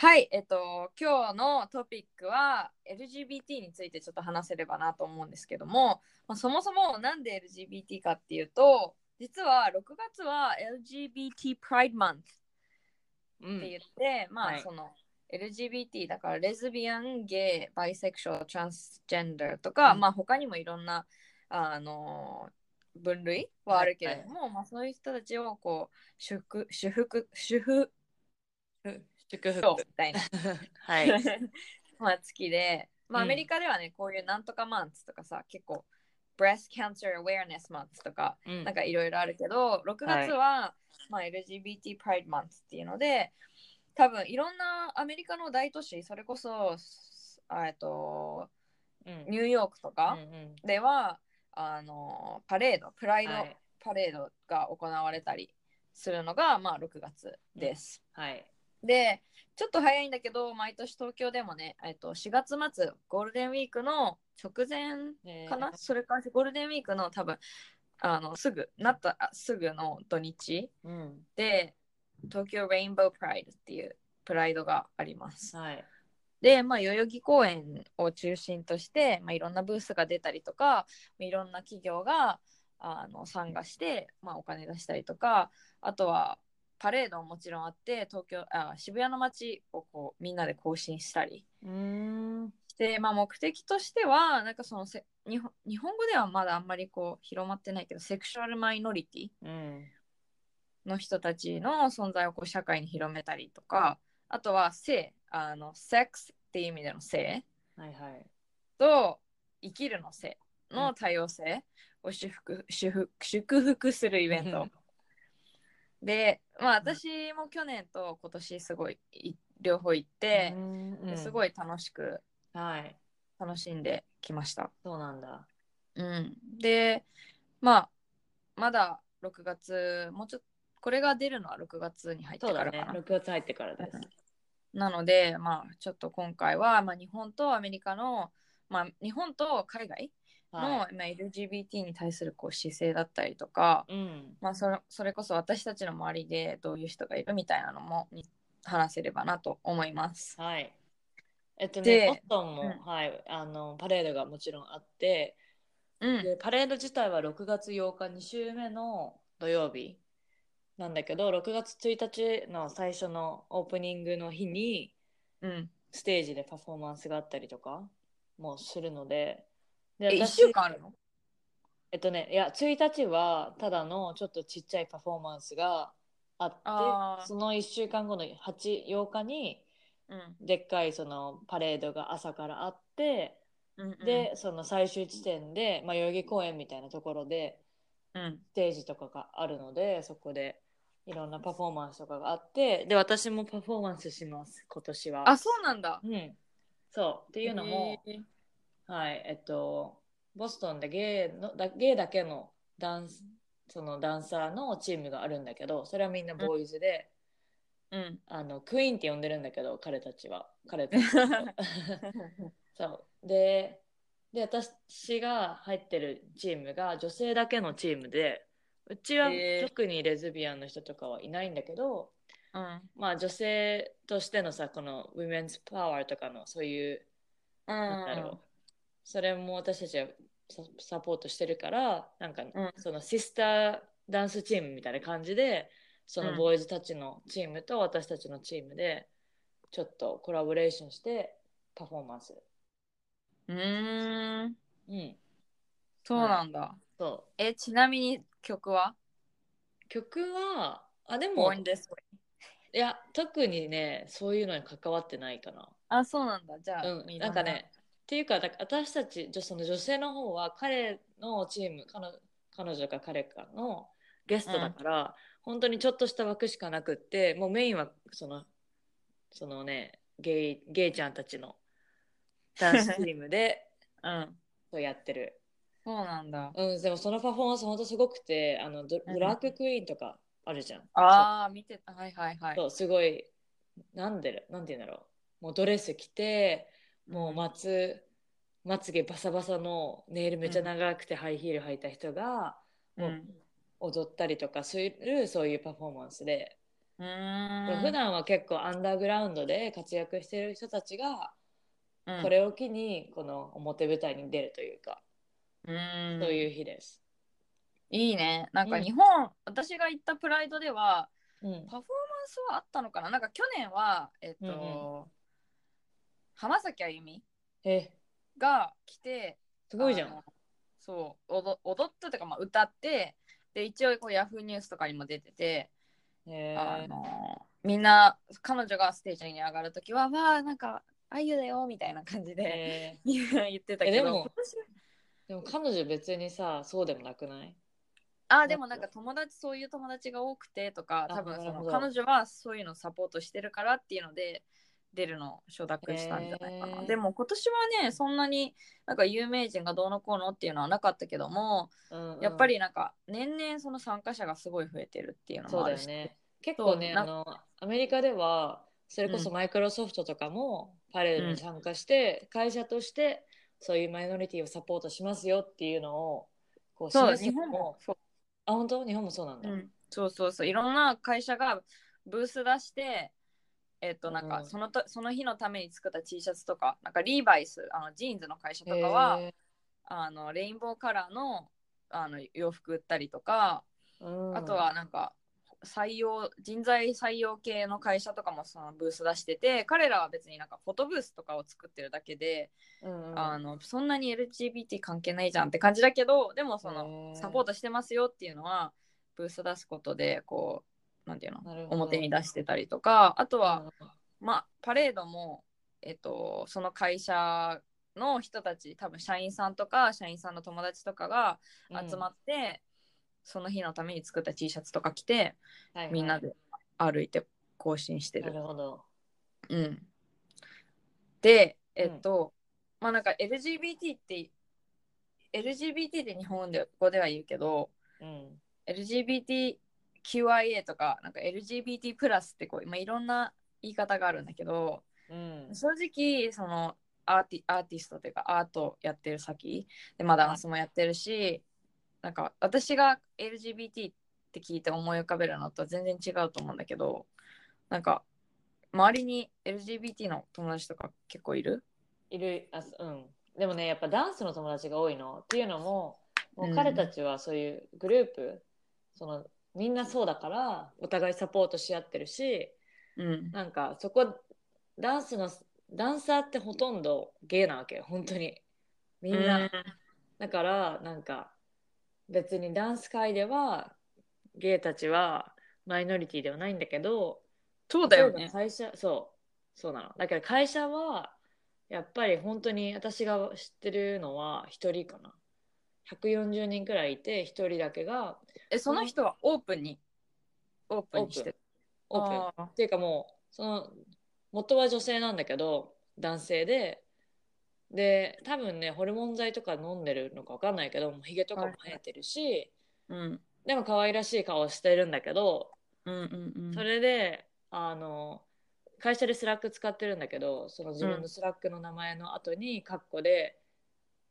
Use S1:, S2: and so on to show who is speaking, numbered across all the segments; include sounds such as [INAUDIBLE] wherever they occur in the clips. S1: はい、えっと今日のトピックは LGBT についてちょっと話せればなと思うんですけども、まあ、そもそもなんで LGBT かっていうと実は6月は LGBT Pride Month
S2: う
S1: って言って、まあ、
S2: はい
S1: その LGBT だからレズビアン、ゲイ、バイセクシュアル、トランスジェンダーとか、
S2: うん
S1: まあ他にもいろんなあのー分類はあるけれども、まあそういう人たちをこう祝福祝福祝福
S2: 祝福
S1: 賞みたいな、
S2: [LAUGHS] は
S1: [LAUGHS]
S2: い。
S1: まあ好きで、まあ
S2: う
S1: ア
S2: ん
S1: メリカではね、こういうなんとかマンツとかさ結構 breast cancer awareness month とか
S2: うん
S1: なんかいろいろあるけど、6月は、まあ、LGBT Pride Month っていうので、多分いろんなアメリカの大都市、それこそ、すあえっと、
S2: うん
S1: ニューヨークとか
S2: うんうん
S1: では、あのパレード、プライド
S2: はい
S1: パレードが行われたりするのが、まあ、6月です。
S2: はい。
S1: で、ちょっと早いんだけど、毎年東京でもね、えっと、4月末、ゴールデンウィークの直前
S2: えー
S1: かな、それからゴールデンウィークの多分あのすぐなったあすぐの土日
S2: うん。
S1: で東京レインボープライドっていうプライドがあります。
S2: はい。
S1: で、まあ、代々木公園を中心として、まあ、いろんなブースが出たりとかいろんな企業があの参加して、まあ、お金出したりとかあとはパレードももちろんあって東京あ渋谷の街をこうみんなで行進したり
S2: うーん。
S1: で、まあ、目的としてはなんかそのせ日本日本語ではまだあんまりこう広まってないけどセクシュアルマイノリテ
S2: うん。
S1: ィの人たちの存在をこう社会に広めたりとかあとは性あのセックスっていう意味での性
S2: はいはい。
S1: と生きるの性の多様性を祝福祝福祝福するイベン
S2: う [LAUGHS]
S1: ト
S2: ん
S1: で、まあ、
S2: ん
S1: 私も去年と今年すごいい両方行って
S2: う、んうん
S1: ですごい楽しく
S2: はい。
S1: 楽しんできました。
S2: そうなんだ。
S1: うん、でまあまだ6月もうちょっとこれが出るのは6月に入って
S2: そう
S1: か
S2: だ
S1: ら
S2: ね
S1: か。な、
S2: 6月入ってからです。
S1: なのでまあちょっと今回は、まあ、日本とアメリカの、まあ、日本と海外の、
S2: は
S1: まあ、LGBT に対するこう姿勢だったりとか、
S2: い。うん。
S1: まあ、それそれこそ私たちの周りでどういう人がいるみたいなのもに話せればなと思います。
S2: はい。えっと
S1: で
S2: ね、ボストンも、
S1: うん
S2: はい、あのパレードがもちろんあって、
S1: うん、
S2: でパレード自体は6月8日2週目の土曜日なんだけど6月1日の最初のオープニングの日に
S1: うん、
S2: ステージでパフォーマンスがあったりとかもするのでで
S1: え1
S2: 私
S1: 週間あるの
S2: えっとねいや1日はただのちょっとちっちゃいパフォーマンスがあって
S1: あー
S2: その1週間後の88日に
S1: うん
S2: でっかいそのパレードが朝からあって
S1: うんうん、
S2: で、その最終地点で、まあ、代々木公園みたいなところで
S1: うん
S2: ステージとかがあるのでそこでいろんなパフォーマンスとかがあってで私もパフォーマンスします今年は。
S1: あそうなんだ。
S2: うん、そうっていうのも、
S1: へー
S2: はいえっと、ボストンでゲイのだゲイだけのダンスそのダンサーのチームがあるんだけどそれはみんなボーイズで、 [LAUGHS]
S1: うん、
S2: あのクイーンって呼んでるんだけど彼たちは彼たち
S1: [LAUGHS]
S2: はそうでで私が入ってるチームが女性だけのチームでうちは
S1: へー
S2: 特にレズビアンの人とかはいないんだけど、
S1: うん
S2: まあ女性としてのさこのウィメンズパワーとかのそういう
S1: う
S2: なんだろう、それも私たちはササポートしてるからなんか、
S1: ん
S2: そのシスターダンスチームみたいな感じでそのボーイズたちのチームと私たちのチームでちょっとコラボレーションしてパフォーマンス、
S1: うーん、
S2: うん、
S1: そうなんだ。
S2: そう
S1: え、ちなみに曲は
S2: 曲はあでも
S1: ?Born This Way。
S2: いや特にねそういうのに関わってないかな。
S1: あ、そうなんだ。じゃあ、
S2: うん、
S1: み
S2: なんかね。っていうかだから私たちじゃその女性の方は彼のチーム彼女彼女か彼かのゲストだから、本当にちょっとした枠しかなくってもうメインはそのそのねゲイゲイちゃんたちのダンスチームで [LAUGHS]
S1: うん。
S2: そうやってる、
S1: そうなんだ。
S2: うん、でもそのパフォーマンスほんとすごくてあのド
S1: うん
S2: ドラッグクイーンとかあるじゃん
S1: ああ、見てた。はいはいはい。
S2: そうすごいなんでるなんて言うんだろうもうドレス着てもうまつまつげバサバサのネイルめっちゃ長くてハイヒール履いた人が
S1: う。
S2: もうん踊ったりとかするそういうパフォーマンスで、
S1: うーん。
S2: 普段は結構アンダーグラウンドで活躍してる人たちが
S1: うん、
S2: これを機にこの表舞台に出るというか、
S1: うん、
S2: そういう日です。
S1: いいね。なんか
S2: うん
S1: 日本、私が行ったプライドでは、
S2: うん
S1: パフォーマンスはあったのかななんか去年は、えっと、
S2: うん
S1: 浜崎あゆみ
S2: え
S1: が来て、
S2: すごいじゃ
S1: あ
S2: ん
S1: の。。そう、踊踊ったというか、まあ、歌って、で、一応こう、ヤフーニュースとかにも出てて、
S2: へ
S1: あ
S2: ー
S1: のみんな、彼女がステージに上がるときは、わあ、なんか、あゆだよ、みたいな感じで
S2: へ
S1: 言ってたけど、
S2: えでも
S1: 今年は
S2: ーでも彼女別にさそうでもなくない
S1: あーでもなんか友達そういう友達が多くてとか
S2: あ
S1: 多分
S2: な
S1: そ
S2: る
S1: の
S2: ほど
S1: 彼女はそういうのサポートしてるからっていうので出るのを承諾したんじゃないかな、
S2: へー
S1: でも今年はねそんなになんか有名人がどうのこうのっていうのはなかったけども、
S2: うんうん
S1: やっぱりなんか年々その参加者がすごい増えてるっていうの
S2: そう
S1: もあ
S2: だ
S1: る
S2: よ
S1: し、
S2: ね。結構ね、
S1: そう
S2: あのアメリカではそれこそ
S1: うん
S2: マイクロソフトとかもパレードに参加して、会社としてそういうマイノリティをサポートしますよっていうのをこう
S1: そう
S2: 示す
S1: 日
S2: の
S1: 本もそう,、
S2: あ本当日本もそうなんだ。
S1: うん、そうそうそういろんな会社がブース出してえっとなん
S2: う
S1: か
S2: ん
S1: そのと、その日のために作った T シャツとかなんかリーバイスあのジーンズの会社とかは、
S2: へ
S1: あのレインボーカラーのあの洋服売ったりとか、
S2: ー、うん
S1: あとはなんか採用人材採用系の会社とかもそのブース出してて彼らは別になんかフォトブースとかを作ってるだけで、
S2: うんうん
S1: あのそんなに LGBT 関係ないじゃんって感じだけどでもそ
S2: へ
S1: の
S2: ー
S1: サポートしてますよっていうのはブース出すことでこうなんていうの
S2: なるほど
S1: 表に出してたりとかあとは、
S2: うん
S1: まあ、パレードも、えっと、その会社の人たち多分社員さんとか社員さんの友達とかが集まって、その日のために作った T シャツとか着て
S2: はいはい
S1: みんなで歩いて更新して
S2: な
S1: る。
S2: るほど。
S1: うん、でえっと、まあなんか LGBT って LGBT って日本語では言うけど
S2: うん。
S1: LGBTQIA とかなんか LGBT プラスってこう、まあ、いろんな言い方があるんだけど、
S2: うん。
S1: 正直そのアーティアーティストというかアートやってる先で、まあ、ダンスもやってるしなんか私が LGBT って聞いて思い浮かべるのとは全然違うと思うんだけどなんか周りに LGBT の友達とか結構いる
S2: いるあすうん。でもねやっぱダンスの友達が多いのっていうのももううん彼たちはそういうグループ、そのみんなそうだからお互いサポートし合ってるし
S1: うん
S2: なんかそこダンスのダンサーってほとんどゲイなわけよ本当にみんな、だからなんか別にダンス界ではゲイたちはマイノリティではないんだけど
S1: そうだよ
S2: 例え
S1: ね
S2: ば会社そうそうなのだから会社はやっぱり本当に私が知ってるのは1人かな140人くらいいて1人だけが
S1: えその人はオープンにオープンにしてる
S2: オープンっ
S1: あー
S2: ていうかもうその元は女性なんだけど男性でで多分ねホルモン剤とか飲んでるのか分かんないけどもうヒゲとかも生えてるし
S1: うん
S2: でも可愛らしい顔してるんだけど
S1: うんうんうん
S2: それであの会社でスラック使ってるんだけどその自分のスラックの名前の後にカッコで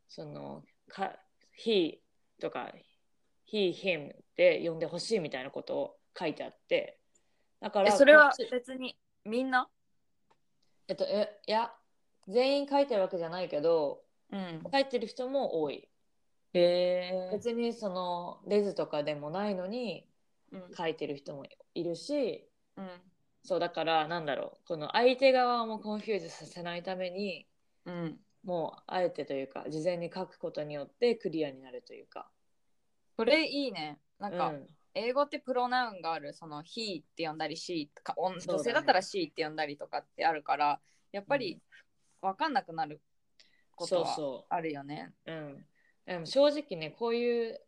S2: そのか「he」とか「he」「him」で呼んでほしいみたいなことを書いてあってだから
S1: えそれ
S2: こ
S1: は
S2: っち
S1: 別にみんな
S2: えっとえいや全員書いてるわけじゃないけど
S1: うん
S2: 書いてる人も多い
S1: へえ
S2: 別にそのレズとかでもないのに
S1: うん
S2: 書いてる人もいるし
S1: うん
S2: そうだからなんだろうこの相手側もコンフューズさせないために
S1: うん
S2: もうあえてというか事前に書くことによってクリアになるというか
S1: それいいね。な
S2: なん
S1: か、英語ってプロナウンがある、その、he って呼んだり、she とか、おん女性だったら she って呼んだりとかってあるから、やっぱり分かんなくなること
S2: そう
S1: は
S2: そ
S1: あるよね。
S2: う、うん、でも正直ねこういう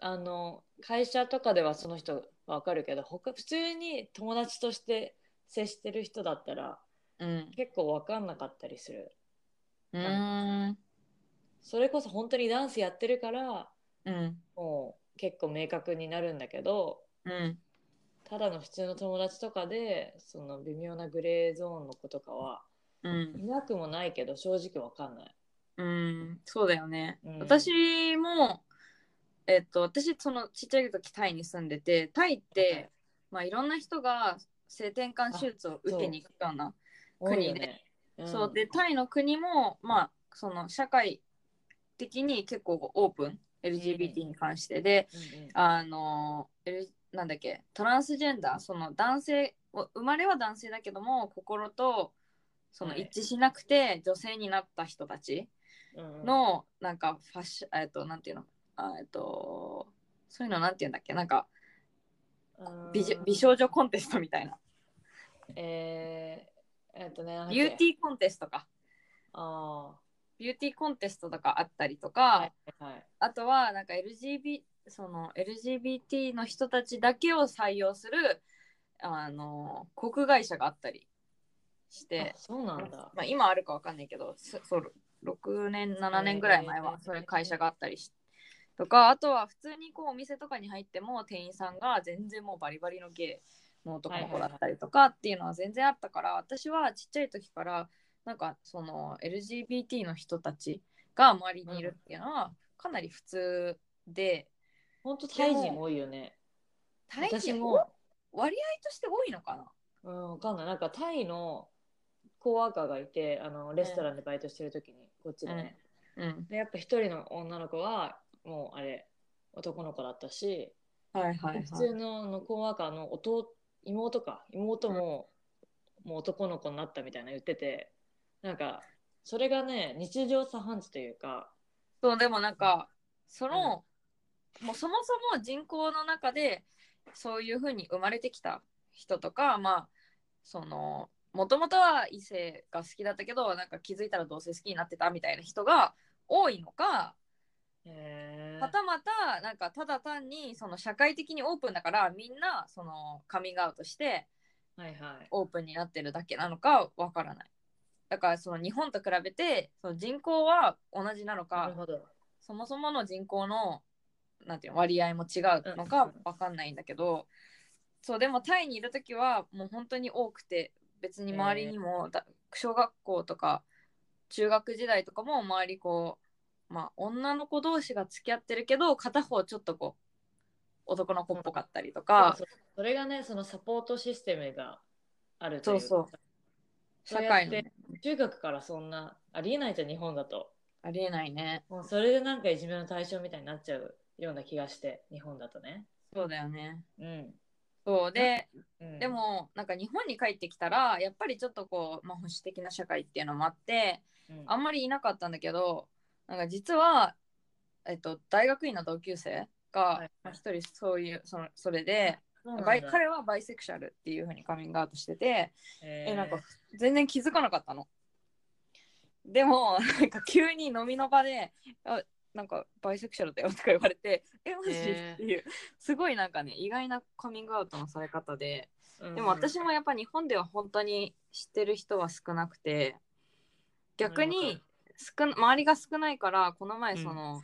S2: あの会社とかではその人わかるけど他普通に友達として接してる人だったら
S1: うん
S2: 結構分かんなかったりする
S1: うーん
S2: それこそ本当にダンスやってるから
S1: うん
S2: もう結構明確になるんだけど
S1: うん
S2: ただの普通の友達とかでその微妙なグレーゾーンの子とかは
S1: うん
S2: いなくもないけど正直分かんない。
S1: うんそうだよね、
S2: うん
S1: 私もえっと私そのちっちゃい時タイに住んでてタイって、まあいろんな人が性転換手術を受けに行くような
S2: 多い
S1: 国
S2: よ
S1: で
S2: ね。ん
S1: そうでタイの国もまあその社会的に結構オープン LGBT に関してで、
S2: うんうん
S1: あの、L、なんだっけトランスジェンダーその男性お生まれは男性だけども心とその
S2: はい
S1: 一致しなくて女性になった人たち
S2: うんうん
S1: の、なんかファッションえっとなんていうのあえっとそういうのなんていうんだっけなんか
S2: うん
S1: 美女美少女コンテストみたいな
S2: えー、えっとねなんだっけ
S1: ビューティーコンテストか
S2: あ
S1: ビューティーコンテストとかあったりとか、
S2: あはいはい
S1: あとはなんか LGBT その LGBT の人たちだけを採用するあの航空会社があったりして
S2: あ、そうなんだ
S1: まあ、今あるかわかんないけどそそう6年7年ぐらい前はそういう会社があったりしとかあとは普通にこうお店とかに入っても店員さんが全然もうバリバリのゲイの男の子だったりとかっていうのは全然あったから、私はちっちゃい時からなんかその LGBT の人たちが周りにいるっていうのはかなり普通で、
S2: 本当タイ人多いよね
S1: タイ
S2: 私
S1: 人
S2: も、
S1: 割合として多いのかな
S2: うん、わかんないなんかタイのコワーカーがいてあのレストランでバイトしてる時にこっちでね、
S1: うん。
S2: でやっぱ一人の女の子はもうあれ男の子だったし、
S1: はいはい
S2: 普
S1: はい。
S2: 通のあのコワーカーの弟妹か妹も、もう男の子になったみたいな言っててなんかそれがね日常茶飯事というか
S1: そうでもなんかその、もうそもそも人口の中でそういう風に生まれてきた人とかまあそのもともとは異性が好きだったけどなんか気づいたら同性好きになってたみたいな人が多いのか
S2: へ
S1: はたまたなんかただ単にその社会的にオープンだからみんなそのカミングアウトして
S2: はいはい
S1: オープンになってるだけなのかわからない。だからその日本と比べてその人口は同じなの
S2: な
S1: か
S2: るほど
S1: そもそもの人口のなんていうの割合も違うのかわかんないんだけど、そうでもタイにいる時はもう本当に多くて別に周りにも、だ小学校とか中学時代とかも周りこうまあ女の子同士が付き合ってるけど片方ちょっとこう男の子っぽかったりとか
S2: そ、それがねそのサポートシステムがあるとい
S1: そううそう
S2: そう
S1: 社
S2: やっ
S1: 会の
S2: て
S1: ね、
S2: 中学からそんなありえないじゃん日本だと
S1: ありえないね。
S2: もうそれでなんかいじめの対象みたいになっちゃうような気がして日本だとね
S1: そうだよね。
S2: うん、
S1: そうで、
S2: うん、
S1: でもなんか日本に帰ってきたらやっぱりちょっとこう、まあ、保守的な社会っていうのもあって
S2: うん、
S1: あんまりいなかったんだけどなんか実は、えっと、大学院の同級生
S2: いは
S1: が
S2: い
S1: まあ一人そういうそのそれで
S2: そうなんだ
S1: バイ彼はバイセクシャルっていうふうにカミングアウトしてて
S2: え
S1: えなんか全然気づかなかったの。でもなんか急に飲みの場で「あなんかバイセクシャルだよ」とか言われて「えマジ?」
S2: へー
S1: っていうすごいなんかね意外なカミングアウトのされ方で
S2: うん
S1: でも私もやっぱ日本では本当に知ってる人は少なくて逆
S2: なる
S1: に少な周りが少ないからこの前その、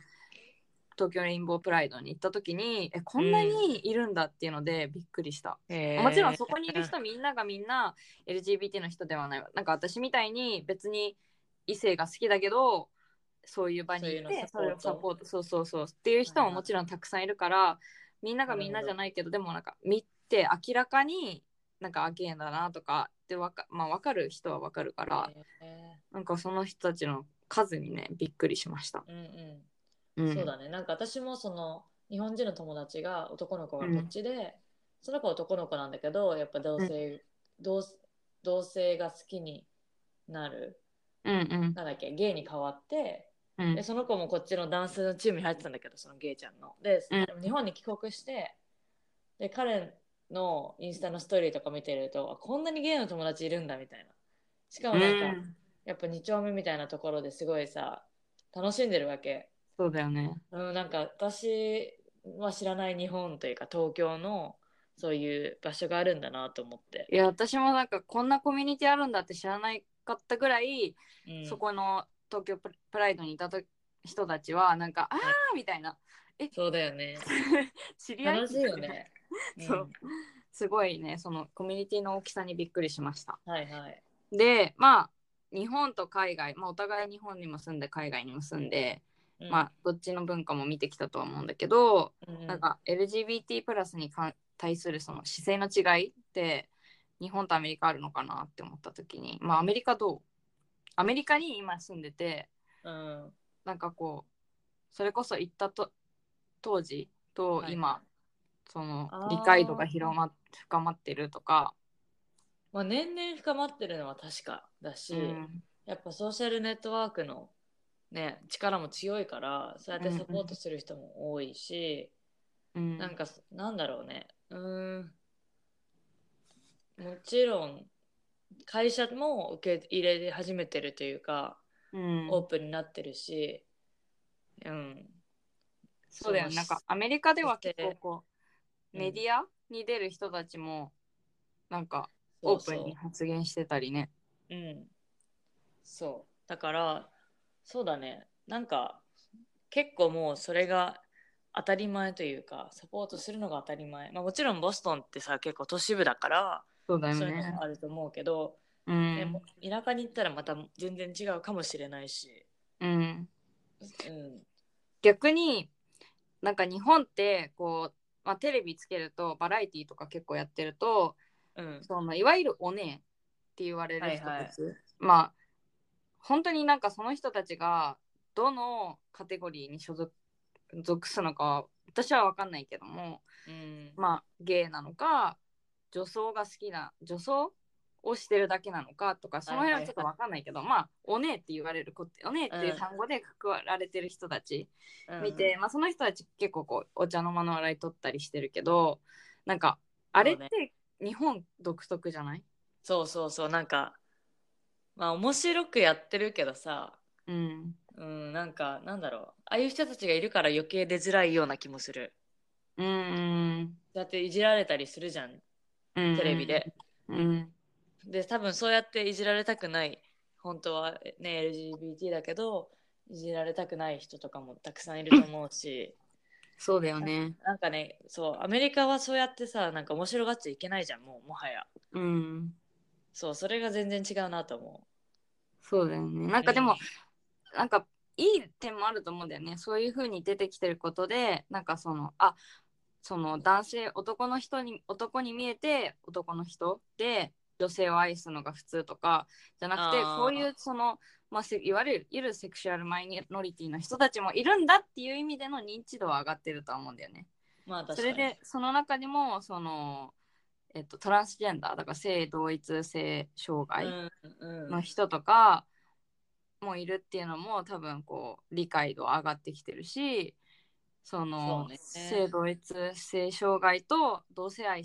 S1: 東京レインボープライドに行った時にえこんなにいるんだっていうのでびっくりした。もちろんそこにいる人みんながみんな LGBT の人ではないわなんか私みたいに別に異性が好きだけどそういう場に行って
S2: そういうのサポート
S1: それをサポートそうそうそうっていう人ももちろんたくさんいるからみんながみんなじゃないけどでもなんか見て明らかになんかあゲイだなとかってわか,、まあ、わかる人はわかるから
S2: え
S1: なんかその人たちの数にねびっくりしました。
S2: ーうん
S1: う
S2: うんん、そうだねなんか私もその日本人の友達が男の子がこっちで、その子は男の子なんだけどやっぱ同性、同同性が好きになる
S1: うんうん
S2: なんだっけゲイに変わって
S1: うん
S2: でその子もこっちのダンスのチームに入ってたんだけどそのゲイちゃんの。で、
S1: う
S2: 日本に帰国してで彼のインスタのストーリーとか見てるとあこんなにゲイの友達いるんだみたいな。しかもなんか、
S1: うん
S2: やっぱ2丁目みたいなところですごいさ楽しんでるわけ。
S1: そうだよね。
S2: うん、なんか私は知らない日本というか東京のそういう場所があるんだなと思って
S1: い、や私もなんかこんなコミュニティあるんだって知らないかったぐらい、
S2: うん
S1: そこの東京ププライドにいたと人たちはなんか「あー」みたいな
S2: そうだよね
S1: 「知り合い」、
S2: 楽しいよね
S1: そうすごいねそのコミュニティの大きさにびっくりしました。
S2: うんはいはい
S1: でまあ日本と海外、まあ、お互い日本にも住んで海外にも住んで、
S2: うん
S1: まあどっちの文化も見てきたとは思うんだけど、
S2: うん
S1: なんか LGBT プラスにかん対するその姿勢の違いって日本とアメリカあるのかなって思った時にまあアメリカどうアメリカに今住んでて
S2: うん
S1: なんかこうそれこそ行ったと当時と今、
S2: は
S1: その
S2: あー
S1: 理解度が広まっ深まってるとか、
S2: まあ、年々深まってるのは確かだし、
S1: うん
S2: やっぱソーシャルネットワークの、ね、力も強いからそうやってサポートする人も多いし、
S1: うん
S2: なんかそなんだろうねうーんもちろん会社も受け入れ始めてるというか、
S1: うん
S2: オープンになってるし、うん、
S1: そうだよね
S2: その
S1: なんかアメリカでは結
S2: そ
S1: 構
S2: して
S1: こう
S2: うん
S1: メディアに出る人たちもなんか
S2: そ
S1: オ
S2: う
S1: ープ
S2: そう
S1: ンに発言してたりね。
S2: うん。そう。だから、そうだね。なんか、結構もうそれが当たり前というか、サポートするのが当たり前。まあもちろんボストンってさ、結構都市部だから、
S1: そうだよ
S2: そういうの
S1: ね
S2: も。あると思うけど、
S1: う
S2: で
S1: ん
S2: も、田舎に行ったらまた全然違うかもしれないし。
S1: うん、
S2: うん。
S1: 逆になんか日本ってこう、まあ、テレビつけるとバラエティーとか結構やってると
S2: うん。
S1: そのいわゆるおねって言われる人
S2: はいは
S1: た
S2: い
S1: ち、まあ本当になんかその人たちがどのカテゴリーに所属属すのかは私は分かんないけども
S2: うん。
S1: まあゲイなのか女装が好きな女装をしてるだけなのかとかその辺はちょっと分かんないけど、まあおねえって言われる子っておねえっていう単語でくくられてる人たち
S2: うん
S1: 見て、まあ、その人たち結構こうお茶の間の笑い取ったりしてるけどなんかあれっ
S2: そ
S1: て日本独特じゃない
S2: そうそうそう。なんか、まあ面白くやってるけどさ、
S1: うん
S2: うん、なんか、なんだろう。ああいう人たちがいるから余計出づらいような気もする。
S1: うんうん
S2: だっていじられたりするじゃん
S1: うん
S2: テレビで、
S1: うん
S2: で多分そうやっていじられたくない本当はね LGBT だけどいじられたくない人とかもたくさんいると思うし
S1: そうだよね
S2: なんかねそうアメリカはそうやってさなんか面白がっちゃいけないじゃんもうもはや
S1: うん
S2: そうそれが全然違うなと思
S1: そうだよね
S2: う
S1: なんかでも、なんかいい点もあると思うんだよねそういう風に出てきてることでなんかそのあその男性男の人に男に見えて男の人で女性を愛すのが普通とかじゃなくて
S2: あー
S1: こういうその、まあ、せいわゆるいわゆるセクシュアルマイノリティの人たちもいるんだっていう意味での認知度は上がってるとは思うんだよね。
S2: うんまあ確
S1: そ
S2: かに
S1: れでその中でもその、えっと、トランスジェンダーだから性同一性障害、
S2: うんう
S1: の
S2: ん、
S1: 人とかもいるっていうのも多分こう理解度上がってきてるしその
S2: そうね
S1: 性同一性障害と同性愛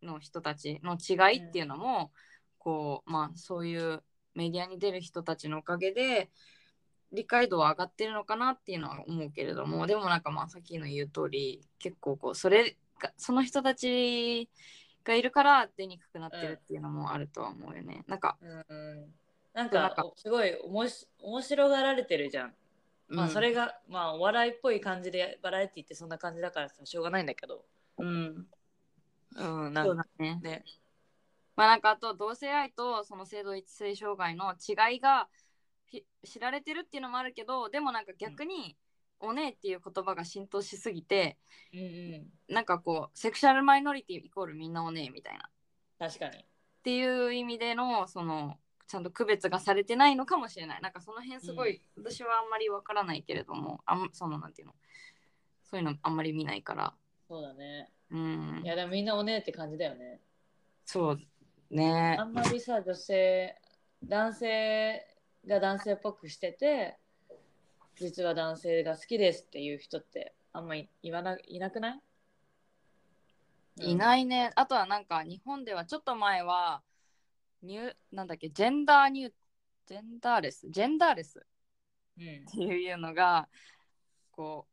S1: の人たちの違いっていうのも、こうまあそういうメディアに出る人たちのおかげで理解度は上がってるのかなっていうのは思うけれどもでもなんかまあさっきの言う通り結構こうそれがその人たちがいるから出にくくなってるっていうのもあるとは思うよね。なんか
S2: うん、なん
S1: なん
S2: か
S1: か
S2: おすごいおもし面白がられてるじゃんまあ
S1: うん
S2: それが、まあお笑いっぽい感じでバラエティってそんな感じだからさしょうがないんだけど
S1: うん、
S2: うんな
S1: そうんだ
S2: か
S1: ね。
S2: ね
S1: まあなんかあと同性愛とその性同一性障害の違いがひ知られてるっていうのもあるけどでもなんか逆に「お姉」っていう言葉が浸透しすぎて
S2: うんうん
S1: なんかこうセクシャルマイノリティイコールみんなお姉みたいなっ
S2: 確かに
S1: ていう意味でのそのちゃんと区別がされてないのかもしれないなんかその辺すごい、私はあんまりわからないけれどもあんそのなんていうのそういうのあんまり見ないから
S2: そうだね。
S1: うん
S2: いやでもみんなおねえって感じだよね。
S1: そうね
S2: あんまりさ女性男性が男性っぽくしてて実は男性が好きですっていう人ってあんまり言わないなくない、
S1: い
S2: い。
S1: ないね。あとはなんか日本ではちょっと前はニュなんだっけジェンダーニュージェンダーレスジェンダーレス
S2: うん、
S1: っていうのがこ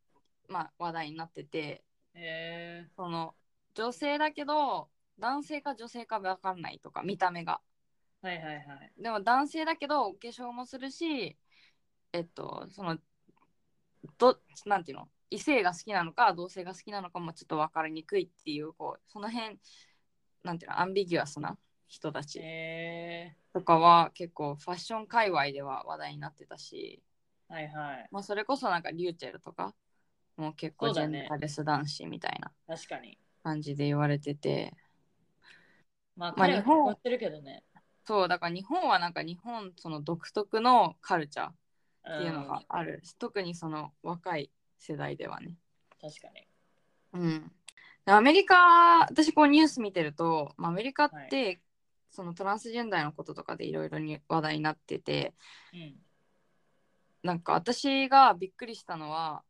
S1: うまあ話題になってて
S2: へえ
S1: その女性だけど男性か女性か分かんないとか見た目が
S2: はいはいはい。
S1: でも男性だけどお化粧もするしえっとそのどなんていうの異性が好きなのか同性が好きなのかもちょっと分かりにくいっていうこうその辺なんていうのアンビギュアスな人たち
S2: え
S1: とかは結構ファッション界隈では話題になってたし、
S2: ー、はいはい。
S1: まあ、それこそなんかリューチェルとかもう結構
S2: そう
S1: ジェ
S2: だ
S1: ン
S2: ね
S1: ダーレス男子みたいな
S2: 確かに。
S1: 感じで言われてて、
S2: まあ、
S1: まあ
S2: 彼は
S1: 日
S2: 結
S1: 本
S2: 婚してるけどね。
S1: そうだから日本はなんか日本その独特のカルチャー
S2: うん
S1: っていうのがある、特にその若い世代ではね。
S2: 確かに。
S1: うん、でアメリカ私こうニュース見てると、まあ、アメリカって、そのトランスジェンダーのこととかでいろいろに話題になってて
S2: うん。
S1: なんか私がびっくりしたのは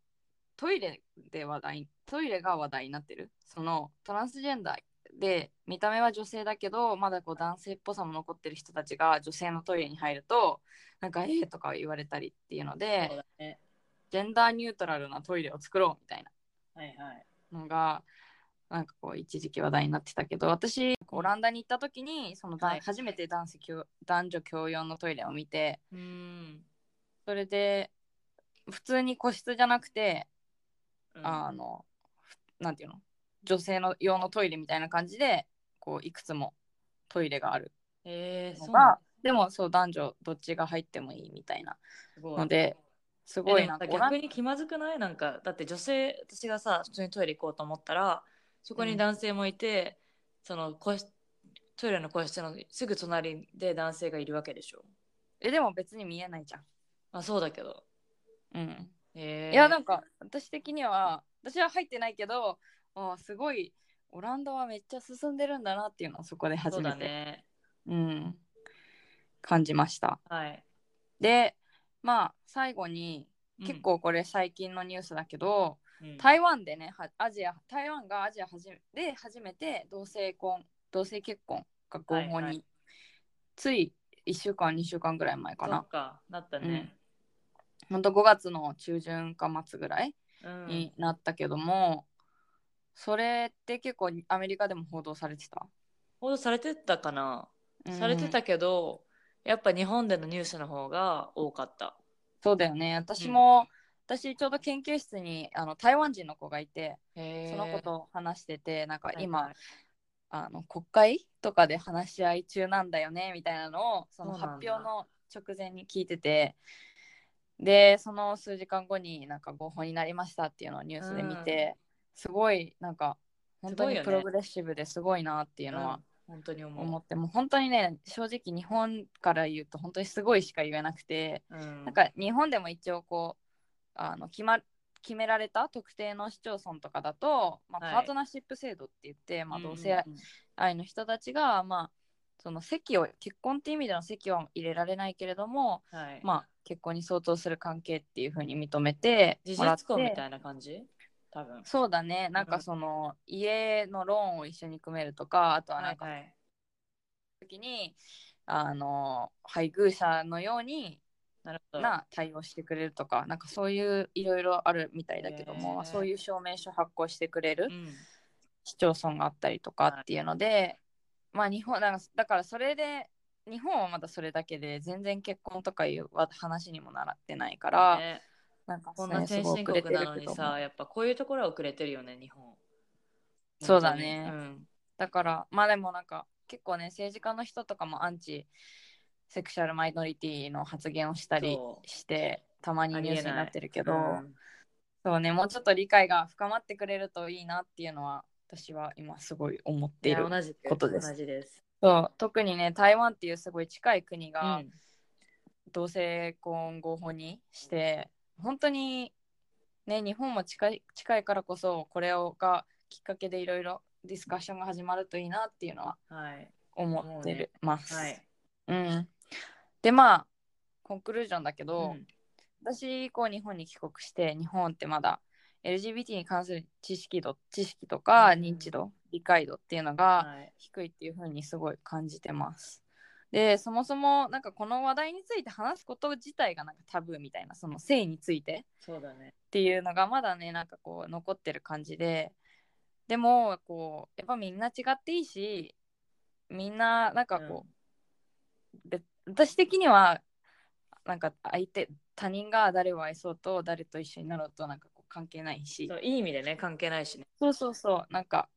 S1: トイレで話題トイレが話題になってるそのトランスジェンダーで見た目は女性だけどまだこう男性っぽさも残ってる人たちが女性のトイレに入るとなんか「えー」とか言われたりっていうの
S2: そう
S1: で
S2: だね。
S1: ジェンダーニュートラルなトイレを作ろうみたいな
S2: はいはい。
S1: のがなんかこう一時期話題になってたけど私オランダに行った時にそのだ、
S2: はい
S1: 初めて男性共男女共用のトイレを見て
S2: うん。
S1: それで普通に個室じゃなくて、あ
S2: の、
S1: のふなんていうの女性の用のトイレみたいな感じでこういくつもトイレがある
S2: えー、そ
S1: の
S2: うなん
S1: が
S2: だ
S1: でもそう男女どっちが入ってもいいみたいな
S2: すごい。
S1: のです
S2: え
S1: ごい
S2: でも
S1: なんか
S2: さ
S1: オラン
S2: 逆に気まずくないなんかだって女性私がさ普通にトイレ行こうと思ったらそこに男性もいて、その個室トイレの個室のすぐ隣で男性がいるわけでしょ
S1: えでも別に見えないじゃん。
S2: まあそうだけど
S1: うん
S2: えー、
S1: いやなんか私的には私は入ってないけどあーすごいオランダはめっちゃ進んでるんだなっていうのをそこで初
S2: そう
S1: め
S2: だ
S1: てう、
S2: ね
S1: ん、感じました。
S2: はい
S1: でまあ最後に
S2: うん
S1: 結構これ最近のニュースだけど、
S2: うん
S1: 台湾でねはアジア台湾がアジアはじめで初めて同性婚同性結婚が合法に、
S2: はいはい
S1: つい1週間2週間ぐらい前か
S2: そ
S1: な
S2: っかなったね、
S1: ほんと5月の中旬か末ぐらい
S2: うん
S1: になったけども、それって結構アメリカでも報道されてた、
S2: 報道されてたかな、されてたけどやっぱ日本でのニュースの方が多かった
S1: そうだよね私も、私ちょうど研究室にあの台湾人の子がいて
S2: へ
S1: そ
S2: ー
S1: の子と話しててなんか今、
S2: はいはい
S1: あの国会とかで話し合い中なんだよねみたいなのをその
S2: そうな
S1: 発
S2: ん
S1: 表
S2: だ
S1: の直前に聞いててでその数時間後になんか合法になりましたっていうのをニュースで見て、すごいなんか本当
S2: すごい
S1: に
S2: よね
S1: プログレッシブですごいなっていううんのは
S2: 本当に思う
S1: 思ってもう本当にね正直日本から言うと本当にすごいしか言えなくて、
S2: うん
S1: なんか日本でも一応こうあの決ま決められた特定の市町村とかだと、まあ、
S2: はい
S1: パートナーシップ制度って言って、まあ、同性
S2: うんうんうん
S1: 愛の人たちが、まあ、その席を結婚っていう意味での席は入れられないけれども、
S2: はい、
S1: まあ、結婚に相当する関係っていうふうに認めて
S2: 事
S1: もらっ
S2: 実
S1: て
S2: 婚みたいな感じ多分
S1: そうだねなん
S2: う
S1: か
S2: ん
S1: その、家のローンを一緒に組めるとかあとはなんか
S2: はいはい
S1: 時にあの配偶者のように
S2: なるほど
S1: な対応してくれるとかなんかそういういろいろあるみたいだけども、
S2: へー
S1: まあそういう証明書発行してくれる
S2: うん
S1: 市町村があったりとかっていうので、まあ日本なんかだからそれで日本はまだそれだけで全然結婚とかいうわ話にも習ってないから、
S2: ね
S1: なんか
S2: こんな
S1: ねす
S2: 先
S1: ごい
S2: 進
S1: 遅れ
S2: 国
S1: て
S2: な
S1: る
S2: の
S1: け
S2: に
S1: ども
S2: さやっぱこういうところは遅れてるよね日本
S1: そうだね
S2: 本当にうん
S1: だからまあでもなんか結構ね政治家の人とかもアンチセクシャルマイノリティの発言をしたり
S2: そう
S1: してたまにニュースになってるけど、
S2: うん
S1: そうねもうちょっと理解が深まってくれるといいなっていうのは私は今すごい思って
S2: い
S1: い
S2: や
S1: る
S2: 同じく
S1: ことです
S2: 同じです
S1: そう特にね台湾っていうすごい近い国
S2: う
S1: が
S2: ん
S1: 同性婚合法にして、本当にね日本も近い近いからこそこれをがきっかけでいろいろディスカッションが始まるといいなっていうのは
S2: はい
S1: 思ってるます、
S2: はい
S1: うん、でまあコンクルージョンだけど、
S2: うん
S1: 私こう日本に帰国して日本ってまだ LGBT に関する知識度知識とか
S2: うん
S1: 認知度、理解度っていうのが
S2: はい
S1: 低いっていう風にすごい感じてます。でそもそもなんかこの話題について話すこと自体がなんかタブーみたいなその性について
S2: そうだね
S1: っていうのがまだねなんかこう残ってる感じででもこうやっぱみんな違っていいしみんななんかこう、べ私的にはなんか相手他人が誰を愛そうと誰と一緒になろうとなんかこう関係ないし
S2: そういい意味でね関係ないしね
S1: そうそうそうなんか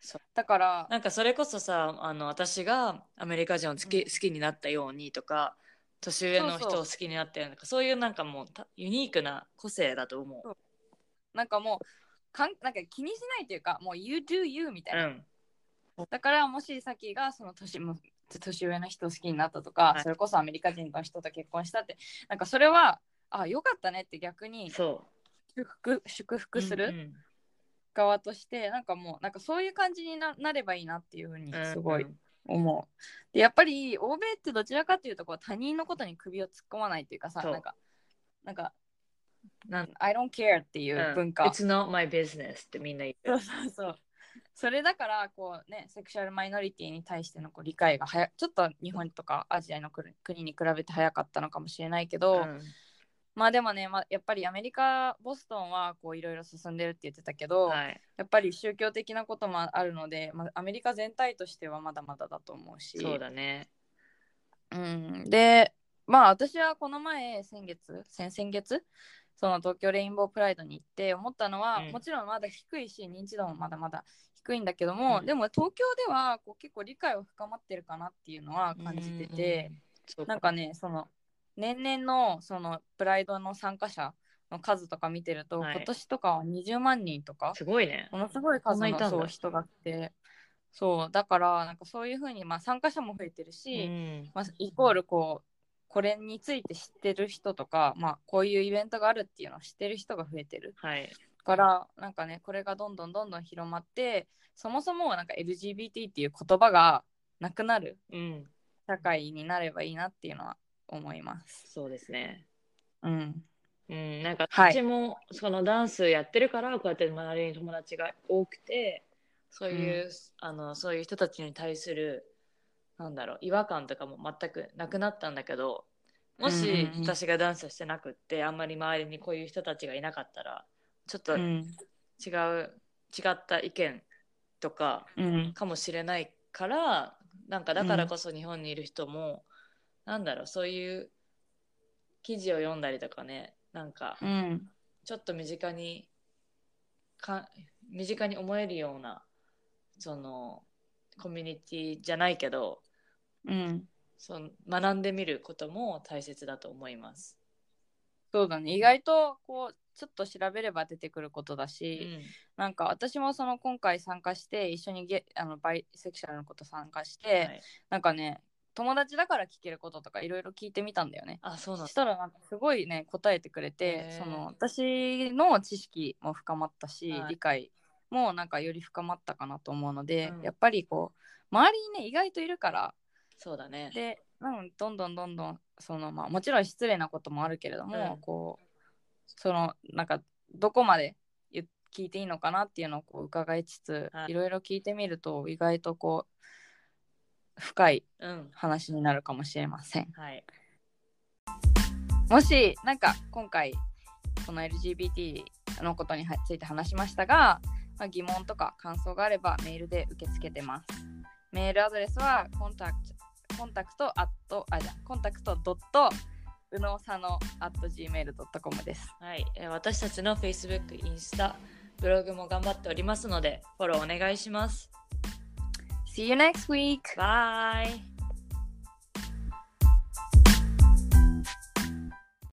S1: そうだから
S2: なんかそれこそさあの私がアメリカ人を好き,、
S1: うん
S2: 好きになったようにとか年上の人を好きになったようにとかそういうなんかもうたユニークな個性だと思う。
S1: なんかもうかんなんか気にしないというかもう You do you みたいうな、
S2: ん、
S1: だからもしさっきがその年も年上の人を好きになったとか、
S2: はい
S1: それこそアメリカ人の人と結婚したってなんかそれはあよかったねって逆に
S2: そ
S1: 祝福祝
S2: う。
S1: 福す
S2: う
S1: る
S2: ん
S1: 側として、なんかもうなんかそういう感じにななればいいなっていうふうに
S2: うん
S1: すごい
S2: うん
S1: 思う。でやっぱり欧米ってどちらかというとこう他人のことに首を突っ込まないっていうかさ
S2: そう
S1: なんかなんか
S2: なん
S1: I don't care っていううん文化、
S2: It's not my business ってみんな言
S1: [LAUGHS] そうう。そうそう。それだからこうねセクシャルマイノリティに対してのこう理解が早ちょっと日本とかアジアの国国に比べて早かったのかもしれないけど、
S2: うん
S1: まあでもね、まあ、やっぱりアメリカボストンはこういろいろ進んでるって言ってたけど、
S2: はい、
S1: やっぱり宗教的なこともあるので、まあ、アメリカ全体としてはまだまだだと思うし
S2: そうだね。
S1: うん、でまあ私はこの前先月先々月その東京レインボープライドに行って思ったのは、
S2: うん
S1: もちろんまだ低いし認知度もまだまだ低いんだけども、
S2: うん
S1: でも東京ではこう結構理解を深まってるかなっていうのは感じてて、
S2: うん、そう
S1: なんかねその年々のそのプライドの参加者の数とか見てると、
S2: はい
S1: 今年とかは20万人とか
S2: すごいね。
S1: ものすごい数
S2: そんない
S1: の
S2: たんだ
S1: そう人が来てそうだからなんかそういうふうに、まあ、参加者も増えてるし、
S2: うん
S1: まあ、イコールこうこれについて知ってる人とか、まあ、こういうイベントがあるっていうのを知ってる人が増えてる
S2: はい。
S1: からなんかねこれがどんどんどんどん広まってそもそもなんか LGBT っていう言葉がなくなる
S2: うん、
S1: 社会になればいいなっていうのは思います。
S2: そうですね。
S1: うん、
S2: うん、なんか
S1: はい
S2: 私もそのダンスやってるからこうやって周りに友達が多くてそういう、あのそういう人たちに対するなんだろう違和感とかも全くなくなったんだけど
S1: う
S2: も
S1: ん
S2: し
S1: うんうん
S2: 私がダンスしてなくってあんまり周りにこういう人たちがいなかったらちょっと
S1: う
S2: 違う、
S1: ん
S2: 違った意見とか
S1: うん
S2: かもしれないからなんかだからこそ日本にいる人も、なんだろうそういう記事を読んだりとかねなんか
S1: うん
S2: ちょっと身近にか身近に思えるようなそのコミュニティじゃないけど
S1: うん
S2: その学んでみることも大切だと思います。
S1: そうだね意外とこうちょっと調べれば出てくることだ
S2: う
S1: し、
S2: ん
S1: なんか私もその今回参加して一緒にゲあのバイセクシャルのこと参加して、
S2: はい
S1: なんかね友達だから聞けることとかいろいろ聞いてみたんだよね。
S2: あそうな
S1: そ
S2: んだ
S1: したらなんかすごいね答えてくれ
S2: へ
S1: て
S2: ー
S1: その私の知識も深まったし、
S2: はい
S1: 理解もなんかより深まったかなと思うので、
S2: うん
S1: やっぱりこう周りにね意外といるから
S2: そうだね。
S1: で、うん、どんどんどんどんその、まあ、もちろん失礼なこともあるけれども、
S2: うん
S1: こうそのなんかどこまで言っ聞いていいのかなっていうのをこう伺いつつ、
S2: はい
S1: い、ろいろ聞いてみると意外とこう深い
S2: うん
S1: 話になるかもしれません。
S2: はい
S1: もしなんか今回この LGBT のことについて話しましたが、まあ、疑問とか感想があればメールで受け付けてますメールアドレスはコンタクトコンタクトアットあじゃコンタクトドットうのさの at gmail.com です
S2: はい、えー私たちの Facebook、インスタ、ブログも頑張っておりますのでフォローお願いします。
S1: See you next week!
S2: バイ